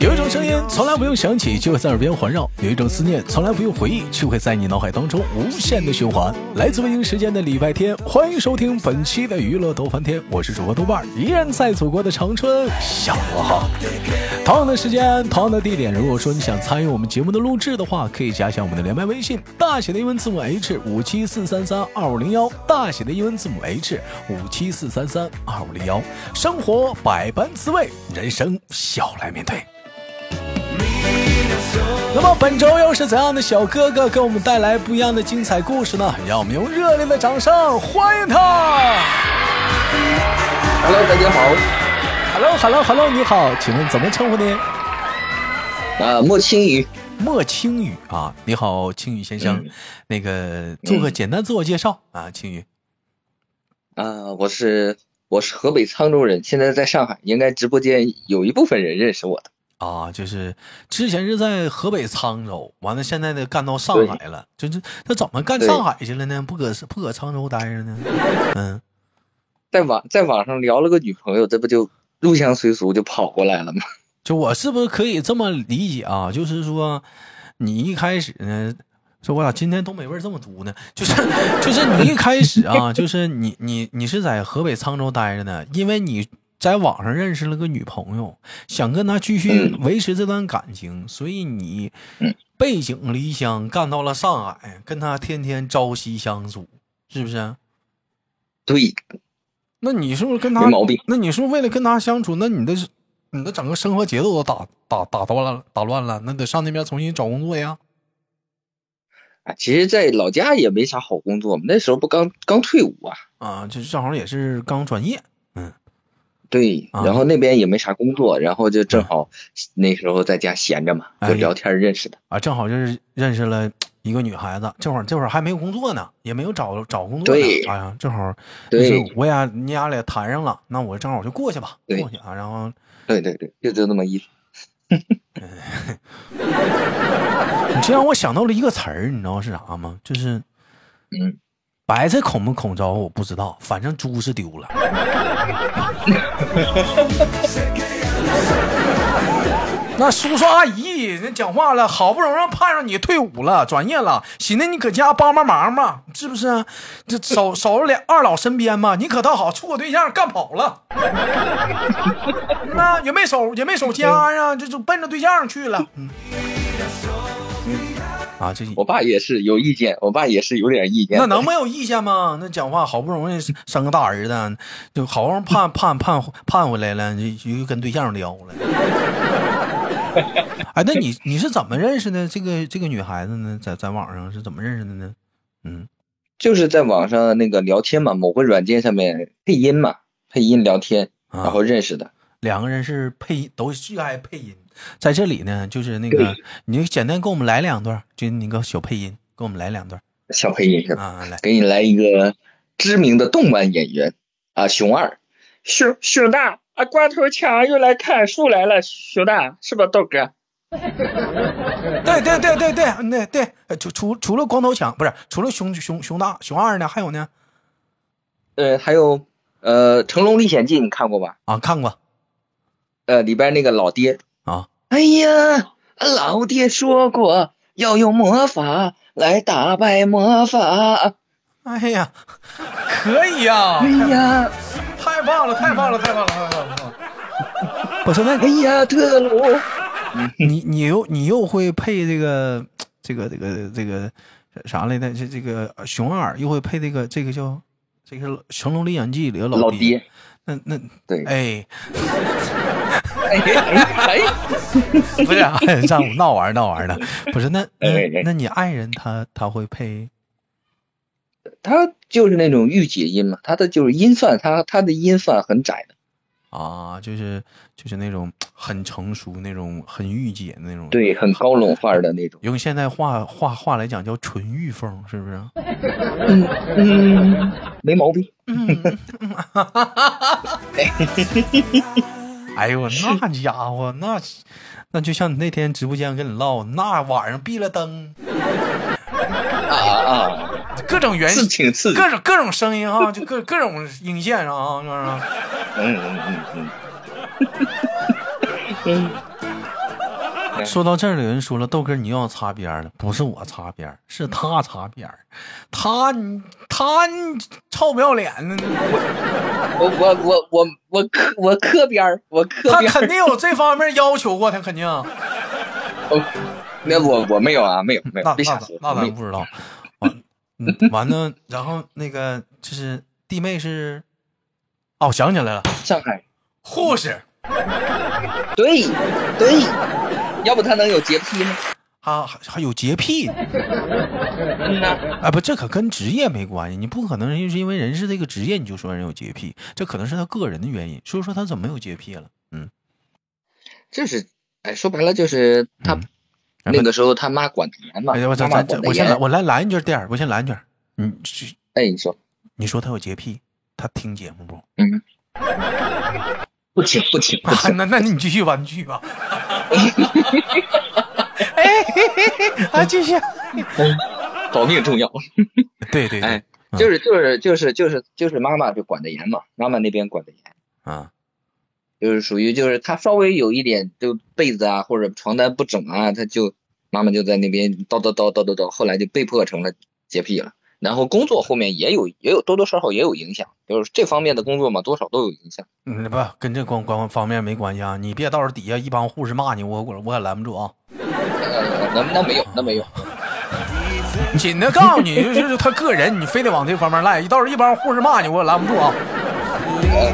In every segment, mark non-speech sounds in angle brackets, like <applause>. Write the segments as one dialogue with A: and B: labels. A: 人从来不用想起，却会在耳边环绕；有一种思念，从来不用回忆，却会在你脑海当中无限的循环。来自北京时间的礼拜天，欢迎收听本期的娱乐逗翻天，我是主播豆瓣儿，依然在祖国的长春向我好。同样的时间，同样的地点，如果说你想参与我们节目的录制的话，可以加一下我们的连麦微信，大写的英文字母 H 五七四三三二五零幺，大写的英文字母 H 五七四三三二五零幺。生活百般滋味，人生笑来面对。那么本周又是怎样的小哥哥给我们带来不一样的精彩故事呢？让我们用热烈的掌声欢迎他
B: Hello，大家好，
A: ！Hello，Hello，Hello，你好，请问怎么称呼您？
B: 啊、莫青鱼，
A: 莫青雨啊，你好，青雨先生，
B: 嗯
A: 那个做个简单自我介绍、啊，青雨
B: 啊、我是我是河北沧州人，现在在上海，应该直播间有一部分人认识我的。
A: 啊，就是之前是在河北沧州，完了现在呢干到上海了，就是他怎么干
B: 对
A: 上海去了呢？不搁不搁沧州待着呢？嗯，
B: 在网在网上聊了个女朋友，这不就入乡随俗就跑过来了吗？ <laughs>
A: 就我是不是可以这么理解啊？就是说，你一开始呢，说我咋今天东北味儿这么足呢？就是就是你一开始啊，就是你你你是在河北沧州待着呢，因为你在网上认识了个女朋友，想跟她继续维持这段感情，所以你
B: 嗯
A: 背井离乡干到了上海，跟她天天朝夕相处，是不是？
B: 对，
A: 那你是不是跟他
B: 没毛病
A: 那你是不是为了跟他相处，那你的你的整个生活节奏都打打打乱了，打乱了，那得上那边重新找工作呀？
B: 啊，其实，在老家也没啥好工作嘛，那时候不刚刚退伍啊，
A: 啊，这正好也是刚转业，
B: 对，
A: 啊嗯
B: 然后那边也没啥工作，然后就正好那时候在家闲着嘛，
A: 哎
B: 就聊天认识的。
A: 啊，正好就是认识了一个女孩子，这会儿这会儿还没有工作呢，也没有找找工作呢
B: 对，
A: 哎呀，正好
B: 对
A: 就是我俩你俩俩谈上了，那我正好就过去吧，
B: 对
A: 过去啊，然后
B: 对对对，就就那么一
A: 你这让我想到了一个词儿，你知道是啥吗？就是
B: 嗯，
A: 白菜恐不恐着我不知道，反正猪是丢了。 <laughs> 那叔叔阿姨那讲话了，好不容易盼上你退伍了，转业了，寻思你搁家帮帮忙嘛，是不是？这守守着俩二老身边嘛，你可倒好，处个对象干跑了， <laughs> 那也没守也没守家啊，这就奔着对象去了。嗯，啊，这
B: 我爸也是有意见，我爸也是有点意见
A: 那
B: 的。
A: 能没有意见吗？那讲话好不容易生个大儿子，就好不容易盼盼盼盼回来了，就又跟对象聊了。 <laughs> 哎，那你你是怎么认识的这个这个女孩子呢？在在网上是怎么认识的呢？嗯，
B: 就是在网上那个聊天嘛，某个软件上面配音嘛，配音聊天，
A: 啊
B: 然后认识的。
A: 两个人是配音，都是爱配音。在这里呢，就是那个，你就简单给我们来两段，就那个小配音，给我们来两段
B: 小配音是吧？ <laughs>
A: 啊，来
B: 给你来一个知名的动漫演员啊，熊二，
C: 熊熊大啊，光头强又来砍树来了，熊大是吧，豆哥？
A: 对对对对对对对，呃除除除了光头强，不是除了熊熊熊大熊二呢，还有呢
B: 呃，还有呃《成龙历险记》，你看过吧？
A: 啊，看过
B: 呃，里边那个老爹，
A: 啊，
B: 哎呀，老爹说过要用魔法来打败魔法，
A: 哎呀，可以啊呀、
B: 哎呀，
A: 太棒了，太棒了，太棒了，太棒了！太棒了不是，那
B: 哎呀，特鲁，
A: 你你又你又会配这个这个这个这个啥来着？这这个熊二又会配这个这个叫这个《成龙历险记》里的
B: 老
A: 爹
B: 爹。，
A: 那那
B: 对，
A: 哎，
B: 哎哎哎，
A: 不是、啊， <laughs> 上午闹玩儿闹玩儿的，不是那
B: 哎哎
A: 那
B: 哎
A: 那你爱人他他会配
B: 他就是那种御姐音嘛，他的就是音范，他他的音范很窄的，
A: 啊，就是就是那种很成熟那种很御姐那种，
B: 对，很高冷范儿的那种。
A: 用现在话话话来讲叫纯欲风，是不是？
B: 嗯，没毛病。
A: 嗯 <laughs> 哎呦我那家伙那，那就像你那天直播间跟你唠，那晚上闭了灯，
B: 啊啊，
A: 各种原
B: 是挺刺激。
A: 各种各种声音啊， <laughs> 就各各种音线上啊，就是
B: 嗯嗯嗯嗯。对
A: 说到这儿，有人说了，豆哥你又要擦边儿了，不是我擦边儿，是他擦边儿，他他臭不要脸呢，
B: 我我我我我磕我磕边儿，我磕
A: 他
B: 边
A: 肯
B: 儿。
A: 定有这方面要求过，他肯定。
B: 那我我没有啊，没有没
A: 那
B: 有，
A: 那
B: 别瞎
A: 咱
B: 说，
A: 那
B: 没
A: 咱
B: 有。
A: 不知道。完，嗯完了，然后那个就是弟妹是，哦，我想起来了，
B: 上海，
A: 护士，
B: 对对，要不他能有洁癖吗？
A: 啊，还还有洁癖。
B: 嗯呐，
A: 哎，不，这可跟职业没关系，你不可能就是因为人是这个职业你就说人有洁癖，这可能是他个人的原因。所以说他怎么有洁癖了？嗯，
B: 这是哎，说白了就是他
A: 嗯哎
B: 那个时候他妈管得严嘛，
A: 哎呀，我
B: 他
A: 咱
B: 啊妈
A: 咱咱
B: 管得
A: 我先来，
B: 严。
A: 我来来一句第二，我先来一句，你这
B: 哎，你说
A: 你说他有洁癖，他听节目不？
B: 嗯不听不听不
A: <laughs> 啊、
B: 听，
A: 那那你继续吧，你继续吧。哎， <laughs> 嘿嘿嘿啊，继续。
B: <laughs> 保命重要。
A: 对对对
B: 哎，就是就是就是就是就是妈妈就管得严嘛，妈妈那边管得严，
A: 啊，
B: 就是属于就是他稍微有一点就被子啊或者床单不整啊，他就妈妈就在那边叨叨叨叨叨叨，后来就被迫成了洁癖了。然后工作后面也有也有多多少少也有影响，就是这方面的工作嘛，多少都有影响。
A: 嗯，不跟这光光方面没关系啊，你别到时候底下一帮护士骂你，我我我可拦不住啊。
B: 呃，那那没有那没有，
A: 紧的告诉你，就就是他个人，你非得往这方面赖。一到时候一帮护士骂你，我也拦不住啊。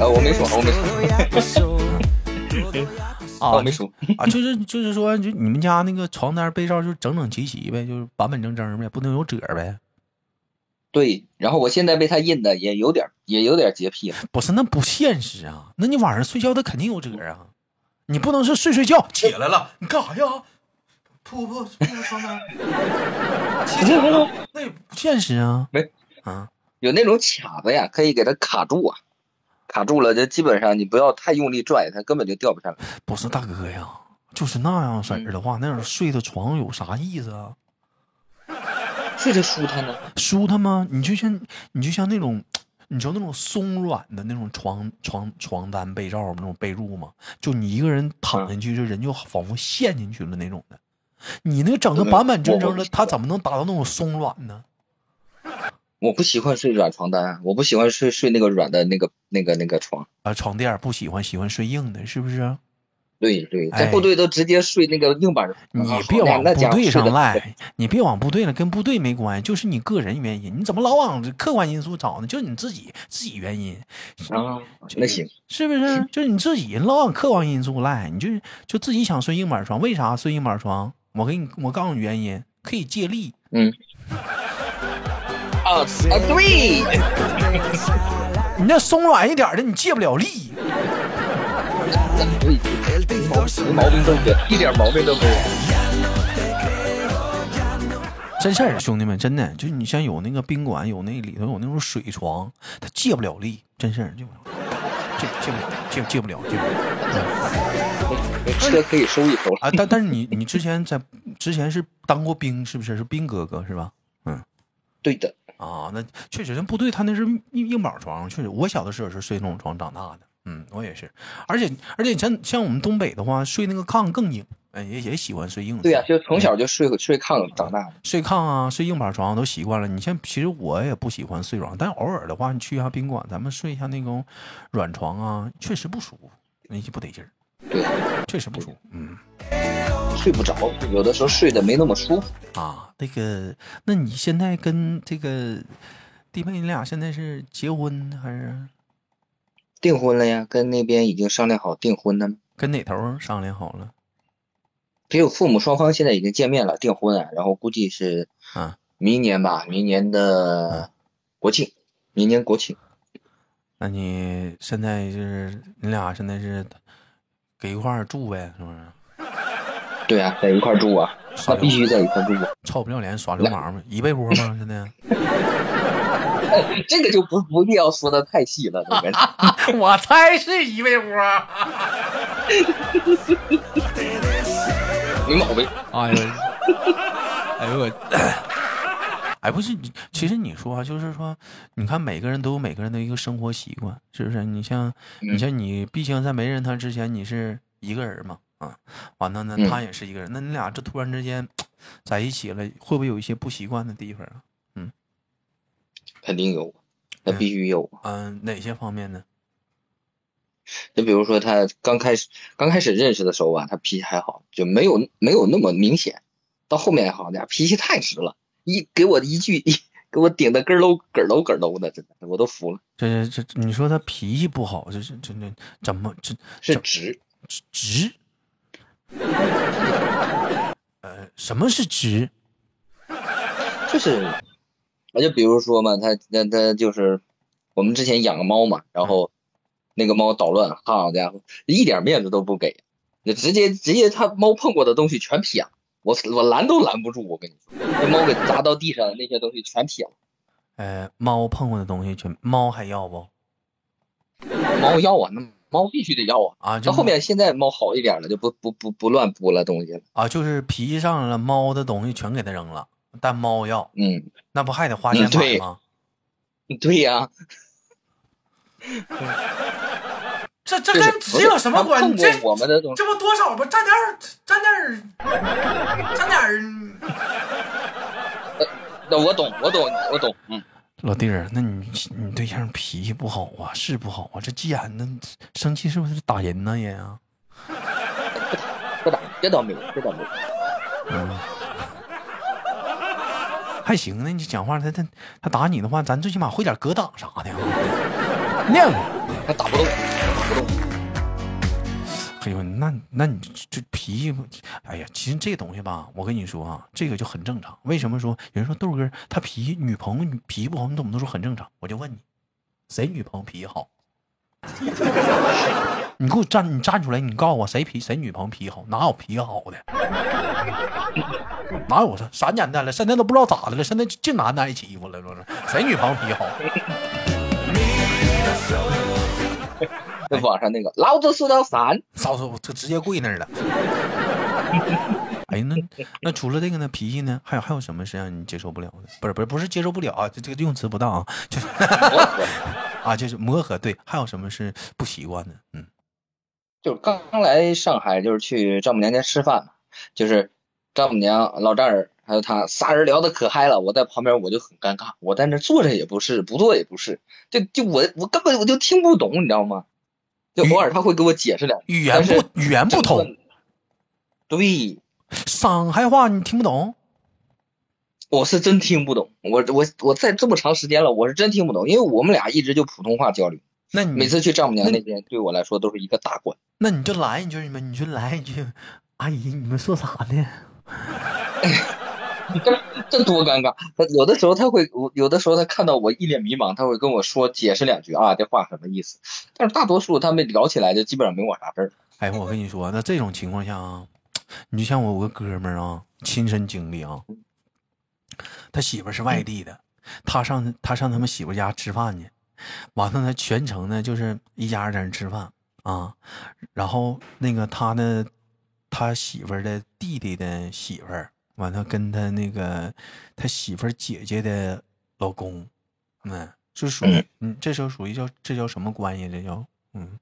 B: 呃，我没说我没说
A: 啊，
B: 哦我没说，
A: 啊，就是就是说，就你们家那个床单被罩就整整齐齐呗，就是板板正正呗，不能有褶儿呗。
B: 对。然后我现在被他印的也有点也有点洁癖了，
A: 不是，那不现实啊。那你晚上睡觉，它肯定有褶儿啊。你不能是睡睡觉起来了，你干啥呀？铺铺铺铺床单，起来了，那也不现实啊。
B: 没
A: 啊，
B: 有那种卡子呀，可以给它卡住啊，卡住了，就基本上你不要太用力拽，它根本就掉不下来。
A: 不是大哥呀，就是那样式儿的话，那样睡到床上有啥意思啊？
B: 睡着舒坦呢。
A: 舒坦吗？你就像你就像那种，你知道那种松软的那种床床床单被罩吗那种被褥吗？就你一个人躺
B: 嗯
A: 进去，就人就仿佛陷进去了那种的。你那个整个
B: 对
A: 板板正正
B: 我
A: 的，他怎么能达到那种松软呢？
B: 我不喜欢睡软床单啊，我不喜欢睡睡那个软的那个那个那个床。
A: 啊，床垫儿不喜欢，喜欢睡硬的，是不是？
B: 啊对对，
A: 哎
B: 在部队都直接睡那个硬板儿床
A: 你
B: 啊。
A: 别
B: 好
A: 往
B: 那那家
A: 部
B: 伙
A: 队
B: 睡
A: 上
B: 得
A: 赖，你别往部队了，跟部队没关系，就是你个人原因。你怎么老往这客观因素找呢？就是你自己自己原因。
B: 啊，那行，
A: 是不是？就是你自己老往客观因素赖，你就就自己想睡硬板床，为啥睡硬板床？我给你，我告诉你原因，可以借力。
B: 嗯。啊啊，对，
A: 你那松软一点的，你借不了力。
B: 对，没哦毛病都没有，一点毛病都没有。
A: 真事儿，兄弟们，真的，就你像有那个宾馆，有那里头有那种水床，它借不了力，真事儿，借不了，借借不了，借借不了，借不了。
B: 车可以收一收了，
A: 啊，但但是你你之前在之前是当过兵，是不是？是兵哥哥是吧？
B: 对的。
A: 啊，那确实，人部队他那是硬硬板床，确实，我小的时候也是睡那种床长大的，嗯，我也是，而且而且像像我们东北的话，睡那个炕更硬，哎，也也喜欢睡硬的，哎
B: 对呀、就从小就睡睡炕长大的。
A: 睡炕啊，睡硬板床都习惯了。你像其实我也不喜欢睡软，但偶尔的话，你去一下宾馆，咱们睡一下那种软床啊，确实不舒服，那就不得劲儿，
B: 对呀、
A: 确实不舒服，嗯。
B: 睡不着，有的时候睡得没那么舒服。
A: 啊，那个，那你现在跟这个弟妹，你俩现在是结婚还是
B: 订婚了呀，跟那边已经商量好订婚了吗。
A: 跟哪头儿商量好了？
B: 只有父母双方现在已经见面了，订婚啊了，然后估计是
A: 啊，
B: 明年吧，明年的国庆，明年国庆。
A: 那你现在就是你俩现在是搁一块儿住呗，是不是？
B: 对啊，在一块儿住啊，
A: 耍流
B: 那必须在一块儿住啊。
A: 臭不要脸，耍流氓呗，一被窝吗？现在
B: 这个就不不必要说的太细了，这
A: <laughs>
B: 个
A: 我猜是一被窝。
B: 没毛病。
A: 哎呦，哎呦我，哎不是，你其实你说啊，就是说，你看每个人都有每个人的一个生活习惯，是不是？你像，你
B: 嗯
A: 像你，毕竟在没认他之前，你是一个人嘛，啊。完了呢，
B: 嗯
A: 他也是一个人，那你俩这突然之间在一起了，会不会有一些不习惯的地方啊？
B: 肯定有，那必须有。
A: 嗯、哪些方面呢？
B: 就比如说他刚开始刚开始认识的时候吧，他脾气还好，就没有没有那么明显。到后面好家伙，脾气太直了，一给我一句一给我顶的咯喽咯喽咯喽的，真的我都服了，
A: 这这这，你说他脾气不好，这是这这怎么这
B: 是
A: 这
B: 直。
A: 直直？ <laughs> 呃，什么是直？
B: 就是，那就比如说嘛，他那他就是我们之前养个猫嘛，然后那个猫捣乱，好家伙，一点面子都不给，那直接直接他猫碰过的东西全撇了，我我拦都拦不住，我跟你说，那猫给砸到地上那些东西全撇了，
A: 呃，猫碰过的东西全，猫还要不？
B: 猫要啊，那猫必须得要啊。
A: 啊，就
B: 到后
A: 猫
B: 面现在猫好一点了，就不不不不乱拨了东西了，
A: 啊，就是脾气上了，猫的东西全给他扔了，但猫要，
B: 嗯， <laughs>
A: 那不还得花钱
B: 嗯
A: 买
B: 对
A: 吗？
B: 对呀、
A: 这这
B: 就
A: 跟
B: 是
A: 直有什么关
B: 碰
A: 系？这
B: 过我们的东西，
A: 这不多少不占点儿，占点儿，占点儿。
B: 那我懂，我懂，我懂，嗯。
A: 老弟儿，那你你对象脾气不好啊，是不好啊？这急眼呢，生气是不是打人呢也啊？
B: 不打，别倒霉，别倒霉。
A: 还行呢，你讲话他他他打你的话，咱最起码会点格挡啥的啊。 <laughs> 那样
B: 他打不动，打不动。
A: 哎呦，那那你这这脾气不，哎呀，其实这东西吧，我跟你说啊，这个就很正常。为什么说有人说豆哥他脾气女朋友女脾气不好，你怎么都说很正常？我就问你，谁女朋友脾气好？ <laughs> 你给我站，你站出来，你告诉我谁脾谁女朋友脾气好？哪有脾气好的？ <laughs> 哪有这啥年代了？现在都不知道咋的了，现在净男的挨欺负了，说是谁女朋友脾气好？
B: 那网上那个老子是条伞，
A: 嫂子，我这直接跪那儿了。哎，那那除了这个呢，脾气呢，还有还有什么是让你接受不了的？不是不是不是接受不了啊，这这个用词不当啊，就是 <laughs> 啊就是磨合对，还有什么是不习惯的？嗯，
B: 就是刚来上海，就是去丈母娘家吃饭嘛，就是丈母娘、老丈人还有他仨人聊的可嗨了，我在旁边我就很尴尬，我在那坐着也不是，不坐也不是，就就我我根本我就听不懂，你知道吗？就偶尔他会给我解释两句，
A: 语言
B: 但
A: 不
B: 是
A: 语言不通，。
B: 对，
A: 上海话你听不懂，
B: 我是真听不懂，我我我在这么长时间了，我是真听不懂，因为我们俩一直就普通话交流，
A: 嗯那你
B: 每次去丈母娘那边对我来说都是一个大关。
A: 那你就来一句你们，你就来一句，阿姨你们说啥呢？
B: 这多尴尬！他有的时候他会，我有的时候他看到我一脸迷茫，他会跟我说解释两句啊，这话什么意思？但是大多数他们聊起来就基本上没我啥事儿。
A: 哎，我跟你说，那这种情况下啊，你就像我有个哥们儿啊，亲身经历啊，他媳妇儿是外地的，他上他上他们媳妇儿家吃饭去，完了呢，全程呢就是一家人在那吃饭啊，然后那个他呢，他媳妇儿的弟弟的媳妇儿，完了跟他那个他媳妇儿姐姐的老公，嗯，是属于嗯，这时候属于叫这叫什么关系？这叫嗯。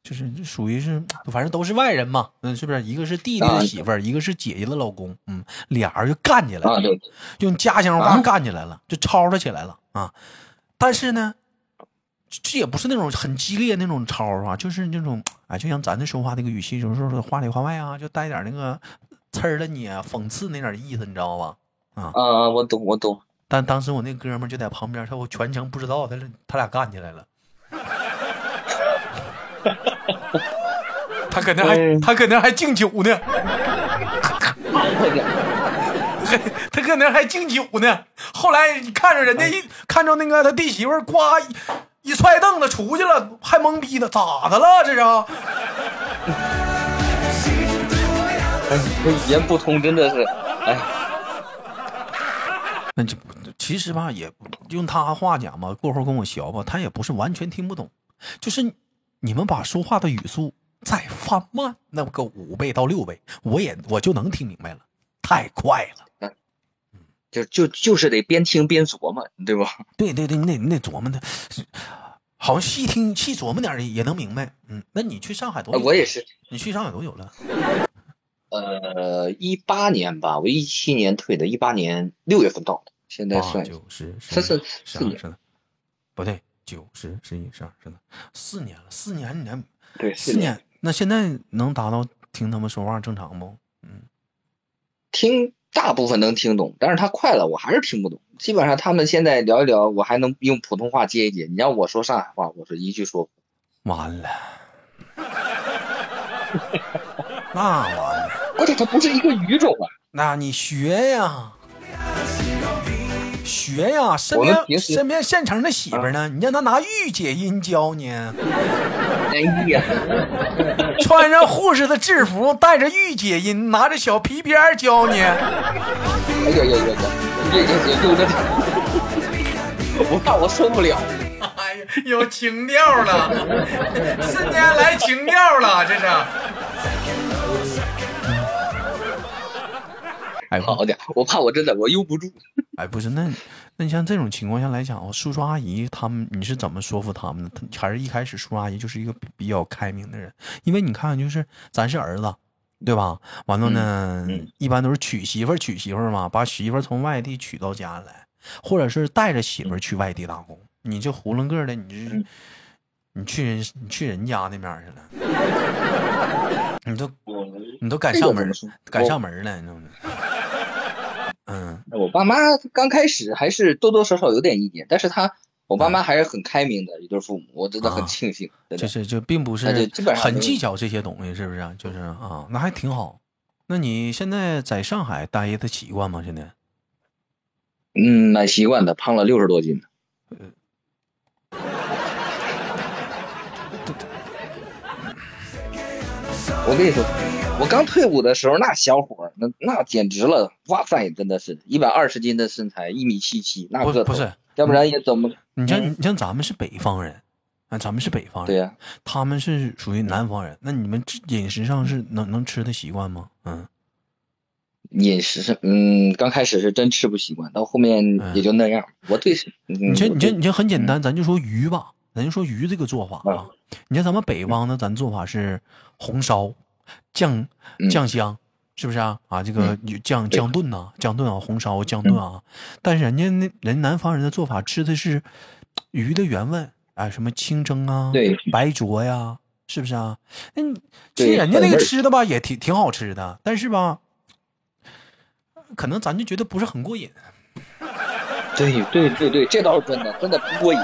A: 就是这属于是，反正都是外人嘛，嗯，是不是？一个是弟弟
B: 啊
A: 的媳妇儿，一个是姐姐的老公，嗯，俩人就干起来了
B: 啊，对，
A: 用家乡话
B: 啊
A: 干起来了，就吵吵起来了啊！但是呢，这这也不是那种很激烈那种吵啊，就是那种哎，就像咱这说话那个语气，有时候话里话外啊，就带点那个呲儿了你、啊讽刺那点意思，你知道吧？
B: 啊，我懂，我懂。
A: 但当时我那哥们儿就在旁边，他我全程不知道，他俩他俩干起来了。他搁那还他搁那还敬酒呢，他搁那还敬酒呢。后来你看着人家一看着那个他弟媳妇儿，呱一一踹凳子出去了，还懵逼呢，咋的了？这是啊
B: 这语哎言不通真的是，哎，
A: 那就不其实吧，也用他话讲吧，过后跟我学吧，他也不是完全听不懂，就是你们把说话的语速再放慢那么个五倍到六倍，我也我就能听明白了，太快了。
B: 就就就是得边听边琢磨，对吧？
A: 对对对，你得你得琢磨他，好像细听细琢磨点儿也能明白。嗯，那你去上海多久
B: 呃
A: 了？
B: 我也是，
A: 你去上海多久了？
B: 呃，一八年吧，我一七年退的，一八年六月份到的，现在
A: 八
B: 算一下
A: 啊九十
B: 他
A: 十一十
B: 是
A: 二
B: 四年
A: 十的，不对，九十十一十二十的，四年了，四年你连
B: 对
A: 四
B: 年。
A: 年，那现在能达到听他们说话正常不？
B: 听大部分能听懂，但是他快了我还是听不懂。基本上他们现在聊一聊，我还能用普通话接一接。你让我说上海话，我是一句说不。
A: 完了， <laughs> 那完了。
B: 而且它不是一个语种啊。
A: 那你学呀，学呀！身
B: 我们
A: 边
B: 平时啊
A: 身边现成的媳妇儿呢，你让她拿御姐音教你，
B: 哎呀，
A: 穿上护士的制服，带着御姐音，拿着小皮鞭儿教你。
B: 哎呀呀呀呀！你这个节奏的，我怕我受不了。
A: 哎呀， <laughs> 有情调了，瞬间来情调了，这是。哎，
B: 好点，我怕我真的我悠不住。
A: 哎，不是，那那你像这种情况下来讲，我叔叔阿姨他们，你是怎么说服他们的？他还是一开始叔叔阿姨就是一个比比较开明的人，因为你看，就是咱是儿子，对吧？完了呢，
B: 嗯
A: 一般都是娶媳妇儿娶媳妇儿嘛，把媳妇儿从外地娶到家来，或者是带着媳妇儿去外地打工。你这囫囵个儿的，你这、
B: 嗯
A: 你去人你去人家那边儿去了，你都
B: 我
A: 你都赶
B: 这个
A: 上
B: 怎
A: 门
B: 么
A: 儿
B: 说
A: 赶
B: 我
A: 上门儿了，你知道吗？嗯，
B: 我爸妈刚开始还是多多少少有点意见，但是他我爸妈还是很开明的一对父母，我真的很庆幸。真
A: 就
B: 的
A: 是就并不
B: 那就是基本上
A: 很
B: 都
A: 计较这些东西，是不是啊？就是啊，那还挺好。那你现在在上海待的习惯吗？现在
B: 嗯，蛮习惯的，胖了六十多斤。我跟你说，我刚退伍的时候，那小伙儿，那那简直了，哇塞，真的是一百二十斤的身材，一米七七，那
A: 不
B: 个
A: 是
B: 头
A: 不，是，
B: 要不然也怎么？
A: 你像
B: 嗯
A: 你像咱们是北方人，啊，咱们是北方
B: 对
A: 人，
B: 呀、
A: 他们是属于南方人。那你们吃饮食上是能能吃的习惯吗？嗯，
B: 饮食是，嗯，刚开始是真吃不习惯，到后面也就那样。我对，嗯，
A: 嗯你像你
B: 我对嗯
A: 像你像很简单，咱就说鱼吧，咱就说鱼这个做法啊。你像咱们北方呢，咱做法是红烧、酱
B: 嗯
A: 酱香，是不是啊？啊，这个有酱
B: 对嗯
A: 酱炖呐，酱炖啊，红烧酱炖啊。但是人家那人南方人的做法吃的是鱼的原味啊，什么清蒸啊，
B: 对
A: 白灼呀，是不是啊？那你其
B: 对
A: 实人家那
B: 本
A: 个
B: 味儿
A: 吃的吧，也挺挺好吃的，但是吧，可能咱就觉得不是很过瘾。
B: 对对对对，这倒是真的，真的不过瘾。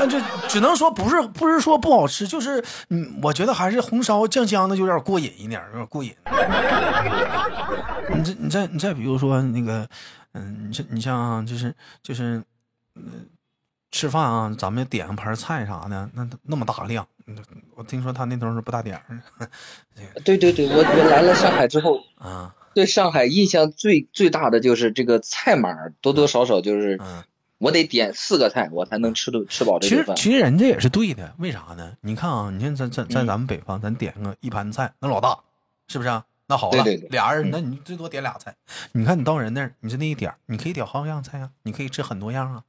A: 那嗯就只能说不是不是说不好吃，就是嗯，我觉得还是红烧酱香的有点过瘾一点，有点过瘾。 <laughs> 你这你再你再比如说那个，嗯，你像你像就是就是，嗯、吃饭啊，咱们点个盘菜啥的，那那么大量，嗯我听说他那头是不大点儿
B: 对对对，我我来了上海之后，
A: 啊，
B: 对上海印象最最大的就是这个菜码儿多多少少就是
A: 嗯。
B: 我得点四个菜，我才能吃顿吃饱
A: 其
B: 这
A: 实
B: 顿饭。
A: 其实人家也是对的，为啥呢？你看啊，你看咱咱在
B: 嗯
A: 咱们北方，咱点个一盘菜，那老大是不是、啊？那好了，
B: 对对对
A: 俩人，
B: 嗯
A: 那你最多点俩菜。你看你到人那儿，你就那一点儿，你可以点好几样菜啊，你可以吃很多样啊，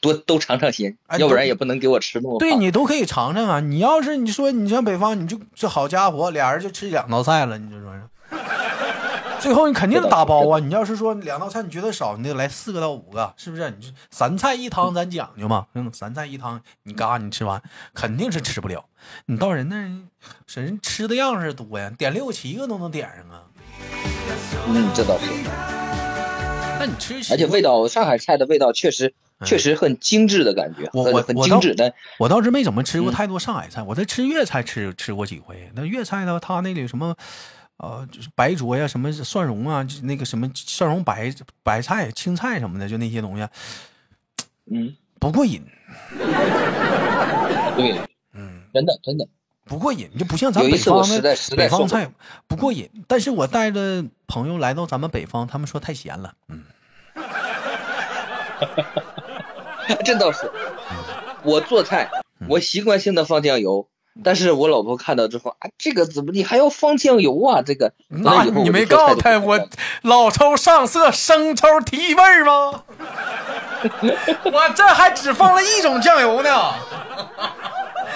B: 多都尝尝鲜
A: 哎，
B: 要不然
A: 对
B: 也不能给我吃那
A: <laughs>
B: 么
A: 对
B: <laughs> 胖
A: 你都可以尝尝啊。你要是你说你像北方，你就这好家伙，俩人就吃两道菜了，你就说是。最后你肯定得打包啊！你要是说两道菜你觉得少，你得来四个到五个，是不是？你就三菜一汤，咱讲究嘛。嗯，三菜一汤，你嘎你吃完肯定是吃不了。你到人那儿，人吃的样式多呀，点六七个都能点上啊。
B: 嗯，这倒是，
A: 那你吃习
B: 而且味道上海菜的味道确实
A: 嗯
B: 确实很精致的感觉，
A: 我
B: 很
A: 我
B: 很
A: 我
B: 精
A: 倒
B: 致，但
A: 我倒是没怎么吃过
B: 嗯
A: 太多上海菜，我在吃粤菜吃吃过几回。那粤菜呢，它那里什么，呃，就是白灼呀，什么蒜蓉啊，就那个什么蒜蓉白白菜、青菜什么的，就那些东西
B: 嗯，
A: 不过瘾，
B: 对，
A: 嗯，
B: 真的真的，
A: 不过瘾，就不像咱
B: 有一
A: 北
B: 次我
A: 方
B: 实
A: 的
B: 在实
A: 北
B: 在受
A: 方
B: 不了
A: 菜不过瘾。但是我带着朋友来到咱们北方，他们说太咸了，嗯，嗯
B: <laughs> 这倒是。 <laughs> 我做菜，我习惯性的放酱油，
A: 嗯
B: 但是我老婆看到之后啊，这个怎么你还要放酱油啊？这个，
A: 那
B: 以后
A: 你
B: 我
A: 没
B: 就做
A: 告
B: 菜
A: 诉他
B: 就不放 <laughs>
A: 我老抽上色，生抽提味儿吗？
D: 我这还只放了一种酱油呢。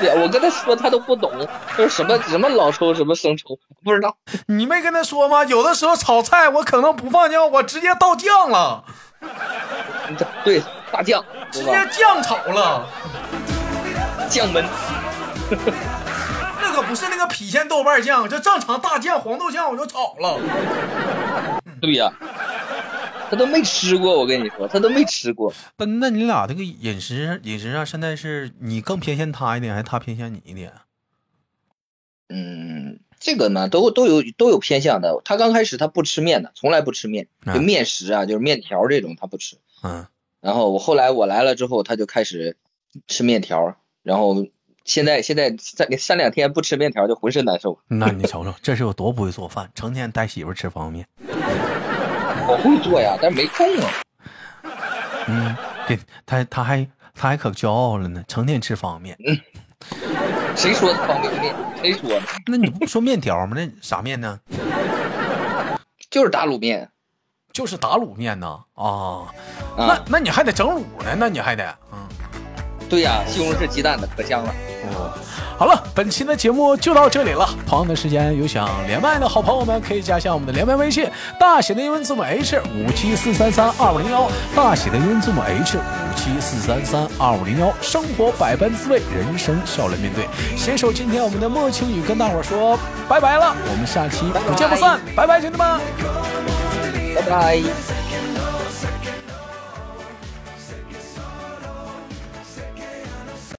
B: 对我跟他说他都不懂，就是什么什么老抽什么生抽，不知道。
D: 你没跟他说吗？有的时候炒菜我可能不放酱，我直接倒酱了，
B: 对，大酱，
D: 直
B: 对
D: 接
B: 吧？
D: 酱炒了。
B: 酱焖，
D: 那可不是那个郫县豆瓣酱，就正常大酱、黄豆酱我就炒了。
B: 对呀、他都没吃过，我跟你说，他都没吃过。
D: 不，那你俩这个饮食饮食上，现在是你更偏向他一点，还是他偏向你一点？
B: 嗯，这个呢，都都有都有偏向的。他刚开始他不吃面的，从来不吃面，
D: 啊
B: 就面食啊，就是面条这种他不吃。
D: 嗯，
B: 然后我后来我来了之后，他就开始吃面条，然后现在现在三三两天不吃面条就浑身难受。
D: 那你瞅瞅，这是有多不会做饭， <laughs> 成天带媳妇吃方便面。
B: 我会做呀，但是没空啊。
D: 嗯，给他他还他还可骄傲了呢，成天吃方便面。
B: 谁说的方便面？谁说的？
D: 那你不说面条吗？那啥面呢？
B: 就是打卤面。
D: 就是打卤面呐啊，那
B: 啊，
D: 那你还得整卤呢，那你还得嗯。
B: 对呀、西红柿鸡蛋的可香了。
A: 好了，本期的节目就到这里了。同样的时间，有想连麦的好朋友们可以加一下我们的连麦微信，大写的英文字母 H 五七四三三二五零幺，大写的英文字母 H 五七四三三二五零幺。生活百般滋味，人生笑来面对。携手今天我们的莫青雨跟大伙儿说拜拜了，我们下期不见不散，拜拜，兄弟们。
B: 拜拜。